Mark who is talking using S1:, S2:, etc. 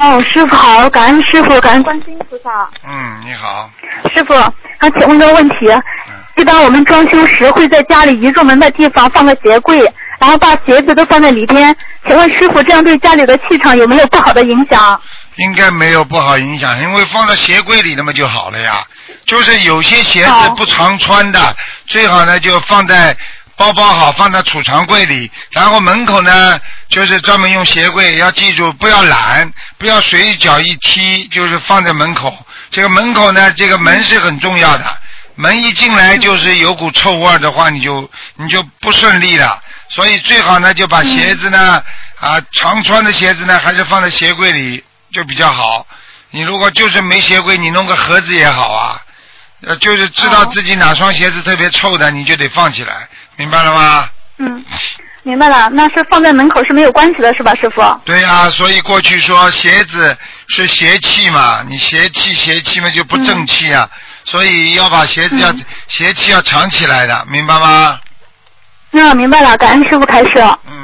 S1: 哦，师傅好，感恩师傅，感恩观世音菩萨。
S2: 嗯，你好，
S1: 师傅，想请问个问题。一般我们装修时会在家里一入门的地方放个鞋柜，然后把鞋子都放在里边。请问师傅，这样对家里的气场有没有不好的影响？
S2: 应该没有不好影响，因为放到鞋柜里那么就好了呀。就是有些鞋子不常穿的，最好呢就放在包包好，放在储藏柜里。然后门口呢，就是专门用鞋柜，要记住不要懒，不要随脚一踢，就是放在门口。这个门口呢，这个门是很重要的。门一进来就是有股臭味儿的话，你就你就不顺利了。所以最好呢，就把鞋子呢、啊常穿的鞋子呢，还是放在鞋柜里就比较好。你如果就是没鞋柜，你弄个盒子也好啊。呃，就是知道自己哪双鞋子特别臭的，你就得放起来，明白了吗？
S1: 嗯，明白了，那是放在门口是没有关系的，是吧，师傅？
S2: 对呀、所以过去说鞋子是邪气嘛，你邪气邪气嘛就不正气啊，所以要把鞋子要、邪气要藏起来的，明白吗？
S1: 嗯，明白了，感恩师傅开始。
S2: 嗯。